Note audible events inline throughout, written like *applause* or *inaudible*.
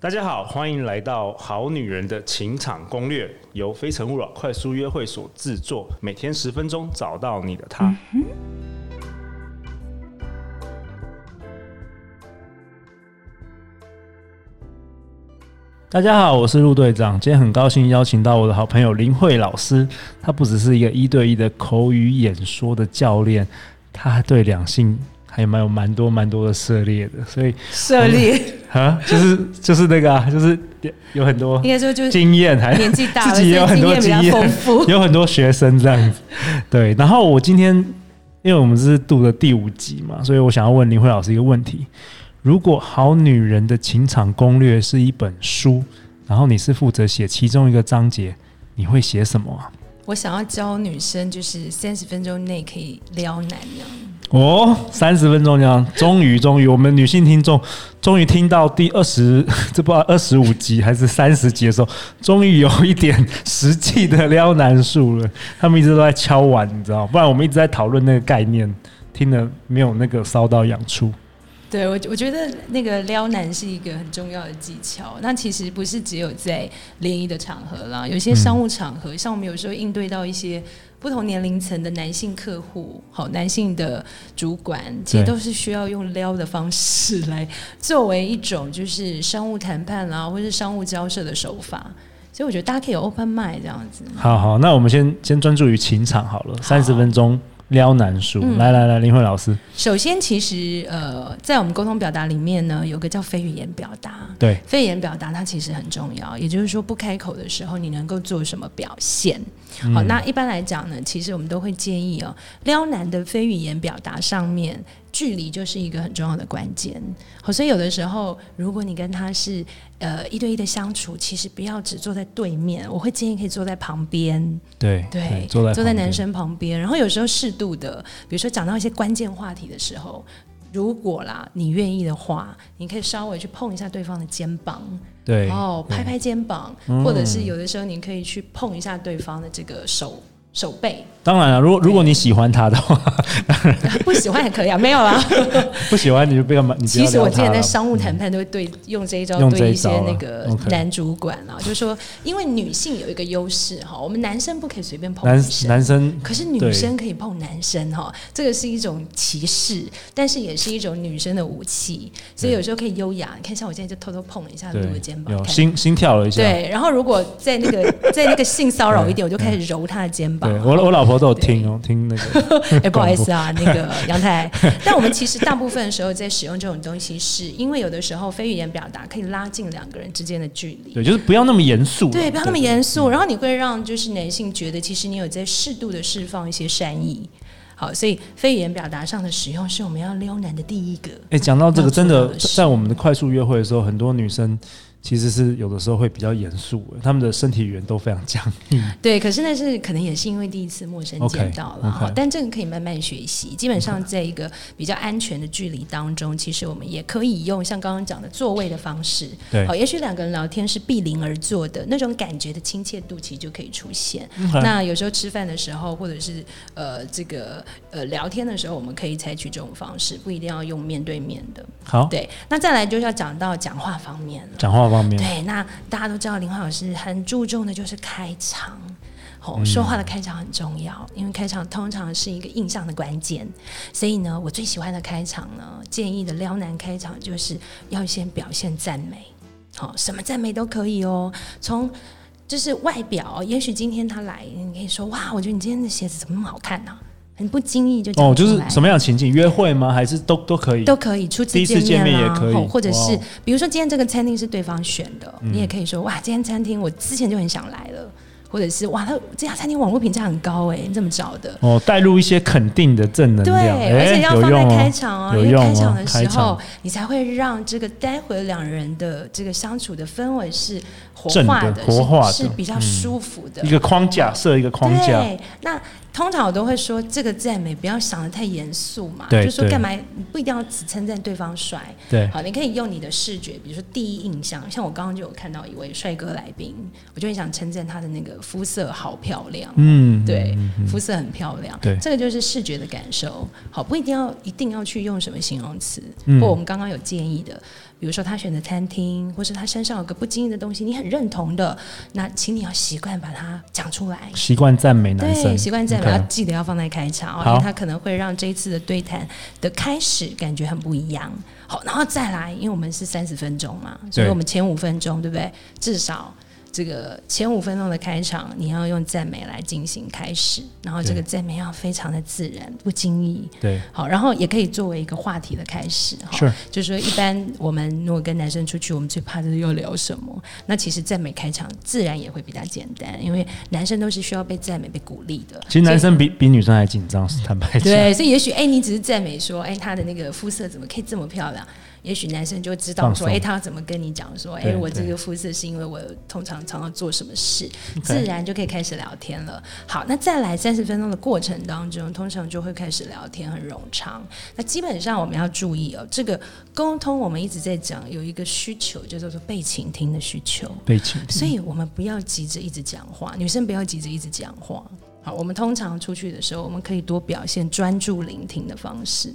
大家好，欢迎来到《好女人的情场攻略》，由非诚勿扰快速约会所制作，每天十分钟，找到你的他。大家好，我是陆队长。今天很高兴邀请到我的好朋友林慧老师，她不只是一个一对一的口语演说的教练，她对两性还蛮有蛮多蛮多的涉猎的，所以涉 *laughs* 猎，啊，就是就是那个、啊，就是有很多应该说就是经验，还年纪大了，自己也有很多所以经经验比较丰验，富。 *laughs* 有很多学生这样子。对，然后我今天因为我们这是录的第五集嘛，所以我想要问林慧老师一个问题：如果《好女人的情场攻略》是一本书，然后你是负责写其中一个章节，你会写什么啊？我想要教女生，就是三十分钟内可以撩男人。哦，三十分钟这样，终于终于，我们女性听众终于听到第二十， *laughs* 这不知道二十五集还是三十集的时候，终于有一点实际的撩男术了。他们一直都在敲碗，你知道，不然我们一直在讨论那个概念，听得没有那个烧到痒处。对我，我觉得那个撩男是一个很重要的技巧。那其实不是只有在联谊的场合啦，有些商务场合，像我们有时候应对到一些不同年龄层的男性客户，好，男性的主管，其实对都是需要用撩的方式来作为一种就是商务谈判啦， *laughs* 或是商务交涉的手法。所以我觉得大家可以有 open mind 这样子。好好，那我们先先专注于情场好了，三十分钟撩男术。嗯来来来，林慧老师，首先，其实呃，在我们沟通表达里面呢，有个叫非语言表达。对，非语言表达它其实很重要，也就是说，不开口的时候，你能够做什么表现？好，那一般来讲呢，其实我们都会建议哦，撩男的非语言表达上面，距离就是一个很重要的关键。好，所以有的时候，如果你跟他是呃一对一的相处，其实不要只坐在对面，我会建议可以坐在旁边。对对，坐在旁边男生旁边，然后有时候适度的，比如说讲到一些关键话题的时候，如果啦你愿意的话，你可以稍微去碰一下对方的肩膀，对嗯然后哦拍拍肩膀，或者是有的时候你可以去碰一下对方的这个手。手 *laughs* 背当然了，如果如果你喜欢他的话， *laughs* 不喜欢也可以啊，没有啦。不喜欢你就不要你不要其实我撩之前他在了。嗯商务谈判都会对用这一招用这对一一些招那啦个 OK 男主管啊，就是说，因为女性有一个优势哈，我们男生不可以随便碰男女生，男生可是女生可以碰男生哈，这个是一种歧视，但是也是一种女生的武器，所以有时候可以优雅。你看，像我现在就偷偷碰了一下露对的肩膀，有看心心跳了一下。对，然后如果在 *laughs* 那个在那个性骚扰一点，我就开始揉她的肩膀对。我我老婆都有听哦，听那个 *laughs* 哎、不好意思 *laughs* 啊，那个杨太。但我们其实大部分的时候在使用这种东西是，因为有的时候非语言表达可以拉近两个人之间的距离。对，就是不要那么严肃，啊对，不要那么嗯严肃，然后你会让就是男性觉得，其实你有在适度的释放一些善意。好，所以非语言表达上的使用是我们要撩男的第一个。哎，讲到这个，要做真的到的事在我们的快速约会的时候，很多女生其实是有的时候会比较严肃的，她们的身体语言都非常僵硬。对，可是那是可能也是因为第一次陌生 OK，见到了哈 OK 但这个可以慢慢学习。基本上在一个比较安全的距离当中，其实我们也可以用像刚刚讲的座位的方式，对好，也许两个人聊天是避邻而坐的那种感觉的亲切度，其实就可以出现。嗯那有时候吃饭的时候，或者是呃这个呃聊天的时候，我们可以采取这种方式，不一定要用面对面的。好，对，那再来就是要讲到讲话方面了。讲话方面，对，那大家都知道林浩老师很注重的就是开场。嗯哦，说话的开场很重要，因为开场通常是一个印象的关键。所以呢，我最喜欢的开场呢，建议的撩男开场就是要先表现赞美，好、什么赞美都可以哦，从。就是外表，也许今天他来，你可以说哇，我觉得你今天的鞋子怎么那么好看呢、啊很不经意就讲哦，就是出来什么样的情境？约会吗？还是都都可以？都可以，初第次一次见见面面也啦，可以吼或者哇是哦比如说今天这个餐厅是对方选的，你也可以说哇，这间餐厅我之前就很想来了，或者是哇，他这家餐厅网络评价很高哎、你怎么找的？哦，带入一些肯定的正能对，量，而且要有放在用哦开场哦，有因为用开哦场的，开时候场，你才会让这个待会两人的这个相处的氛围是活正化的的，活化的嗯是是比较舒服的一。个框架设一个框架，对，那通常我都会说，这个赞美不要想的太严肃嘛，对就说对干嘛你不一定要只称赞对方帅，对，好，你可以用你的视觉，比如说第一印象，像我刚刚就有看到一位帅哥来宾，我就很想称赞他的那个肤色好漂亮，嗯，对嗯，肤色很漂亮，对这个就是视觉的感受。好，不一定要一定要去用什么形容词，嗯或我们刚刚有建议的，比如说他选的餐厅，或是他身上有个不经意的东西，你很认同的，那请你要习惯把它讲出来。习惯赞美男生，对，习惯赞美啊 OK 要记得要放在开场哦，因好为它可能会让这一次的对谈的开始感觉很不一样。好，然后再来，因为我们是三十分钟嘛，所以对我们前五分钟对不对？至少这个前五分钟的开场，你要用赞美来进行开始，然后这个赞美要非常的自然，不经意。对，好，然后也可以作为一个话题的开始哈。是就是说，一般我们如果跟男生出去，我们最怕就是要聊什么。那其实赞美开场自然也会比较简单，因为男生都是需要被赞美、被鼓励的。其实男所以生比比女生还紧张，坦白讲，对，所以也许哎、你只是赞美说，哎、他的那个肤色怎么可以这么漂亮？也许男生就知道放说，松哎、他要怎么跟你讲说，哎、对我这对个肤色是因为我通常常常做什么事，自然就可以开始聊天了。好，那再来三十分钟的过程当中，通常就会开始聊天，很冗长。那基本上我们要注意哦，这个沟通我们一直在讲有一个需求，叫做被倾听的需求。被请所以我们不要急着一直讲话，女生不要急着一直讲话。好，我们通常出去的时候，我们可以多表现专注聆听的方式。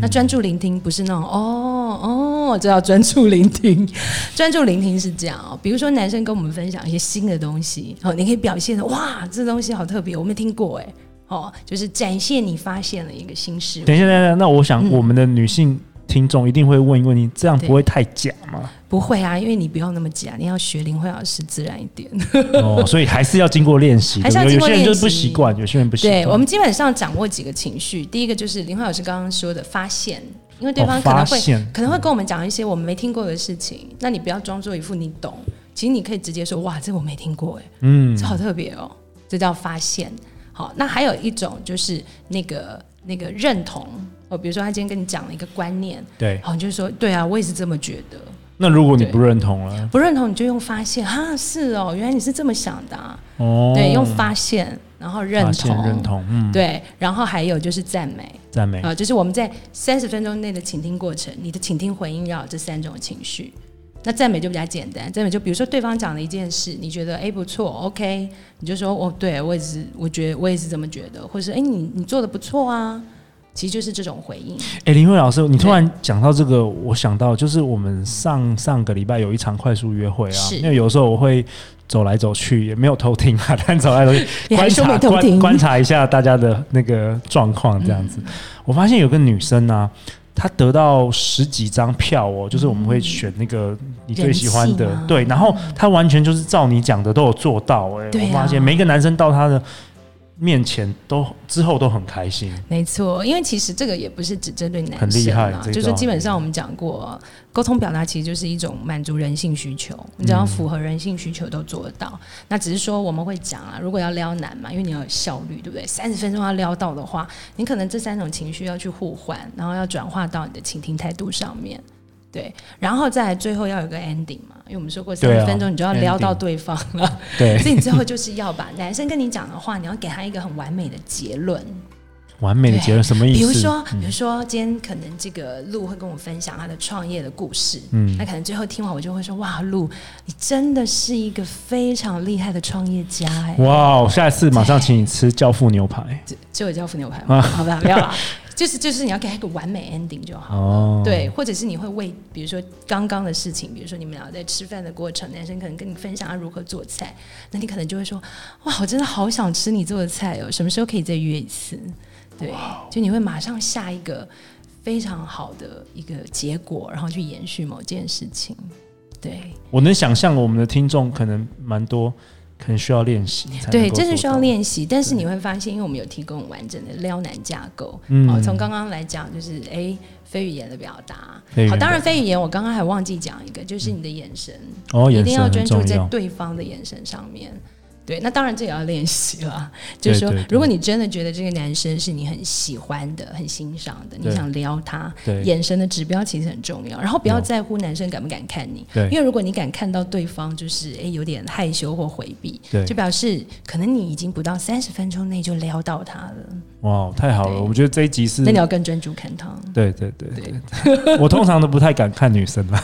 那专注聆听不是那种哦哦，这叫专注聆听。 *laughs* 专注聆听是这样哦，比如说男生跟我们分享一些新的东西，哦，你可以表现的哇，这东西好特别，我没听过哎。哦，就是展现你发现了一个新事物，等一下，等一下，那我想我们的女性听众一定会问一个问题：这样不会太假吗？不会啊，因为你不要那么假，你要学林慧老师自然一点。哦，所以还是要经过练习，还是要对不对有经过些人就是练习不习惯，有些人不习惯。对，我们基本上掌握几个情绪，第一个就是林慧老师刚刚说的发现，因为对哦方可能发会、现可能会跟我们讲一些我们没听过的事情，那你不要装作一副你懂，其实你可以直接说哇，这我没听过哎，嗯这好特别哦，这叫发现。好，那还有一种就是那个那个认同哦，比如说他今天跟你讲了一个观念，对。好，你就说对啊，我也是这么觉得。那如果你不认同了，不认同你就用发现啊，是哦，原来你是这么想的、啊，哦，对，用发现，然后认发现同，认同，嗯，哎对，然后还有就是赞美赞美啊、，就是我们在三十分钟内的倾听过程，你的倾听回应要有这三种情绪。那赞美就比较简单，赞美就比如说对方讲了一件事，你觉得哎诶不错，OK，你就说哦，对我也是，我觉得我也是这么觉得，或是诶你你做的不错啊，其实就是这种回应。哎、林慧老师，你突然讲到这个，我想到就是我们上上个礼拜有一场快速约会啊，是因为有时候我会走来走去，也没有偷听啊，但走来走去你观还说察没偷观听嗯观察一下大家的那个状况这样子。我发现有个女生啊，她得到十几张票哦，就是我们会选那个你最喜欢的嗯人气吗，对，然后她完全就是照你讲的都有做到、哎、对啊我发现每一个男生到她的面前都之后都很开心，没错，因为其实这个也不是只针对男生、啊，很厉害这一就招是基本上我们讲过，沟通表达其实就是一种满足人性需求，你只要符合人性需求都做得到。那只是说我们会讲啊，如果要撩男嘛，因为你要有效率，对不 *laughs* 对？三十分钟要撩到的话，你可能这三种情绪要去互换，然后要转化到你的倾听态度上面。对，然后再来最后要有个 ending 嘛，因为我们说过三对啊十分钟你就要撩到 ending 对方了， *laughs* 对，所以你最后就是要把男生跟你讲的话，你要给他一个很完美的结论。完美的结论什么意思？比如说，嗯比如说今天可能这个鹿会跟我分享他的创业的故事，嗯那可能最后听完我就会说，哇，鹿，你真的是一个非常厉害的创业家哎、哇哦，下次马上请你吃教父牛排这这我叫伏牛排啊吗？好吧，没有啦，就是就是你要给他一个完美 ending 就好。哦。，对，或者是你会为，比如说刚刚的事情，比如说你们俩在吃饭的过程，男生可能跟你分享他如何做菜，那你可能就会说，哇，我真的好想吃你做的菜哦，什么时候可以再约一次？对，哦就你会马上下一个非常好的一个结果，然后去延续某件事情。对我能想象我们的听众可能蛮多，可能需要练习才能够对，做这是需要到。练习，但是你会发现，因为我们有提供完整的撩男架构，嗯哦，从刚刚来讲，就是哎，非语言的表达非语言，好，当表然非语言，我刚刚还忘记讲一个，就是你的眼神。哦，一眼定要神专很注重在要。对方的眼神上面。对，那当然这也要练习啦。就是说对对，如果你真的觉得这个男生是你很喜欢的、很欣赏的，对你想撩他，对眼神的指标其实很重要。然后不有要在乎男生敢不敢看你，对因为如果你敢看到对方就是诶有点害羞或回避对，就表示可能你已经不到三十分钟内就撩到他了，哇，太好了！对我觉得这一集是那，你要更专注 *laughs* 看他。对对对对，我通常都不太敢看女生 *laughs* 啦，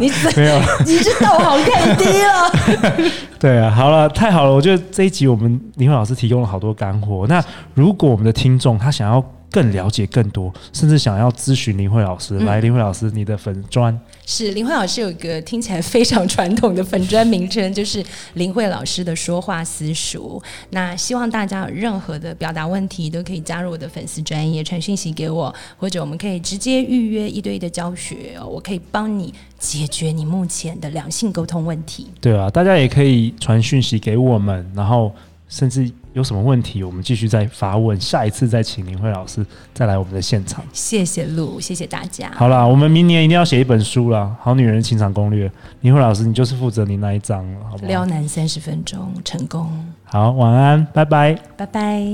你没有。你是逗好看低了。对啊，好了，太好了，我觉得这一集我们林慧老师提供了好多干货。那如果我们的听众他想要更了解更多，甚至想要咨询林慧老嗯师，来，林慧老师，你的粉砖是林慧老师有一个听起来非常传统的粉专名称，就是林慧老师的说话私塾。那希望大家有任何的表达问题，都可以加入我的粉丝专业传讯息给我，或者我们可以直接预约一对一的教学哦，我可以帮你解决你目前的两性沟通问题。对啊，大家也可以传讯息给我们，然后甚至有什么问题，我们继续再发问，下一次再请林慧老师再来我们的现场。谢谢露，谢谢大家。好啦，我们明年一定要写一本书啦，《好女人的情场攻略》。林慧老师，你就是负责你那一章了，好不撩好？男三十分钟成功，好，晚安，拜拜。拜拜。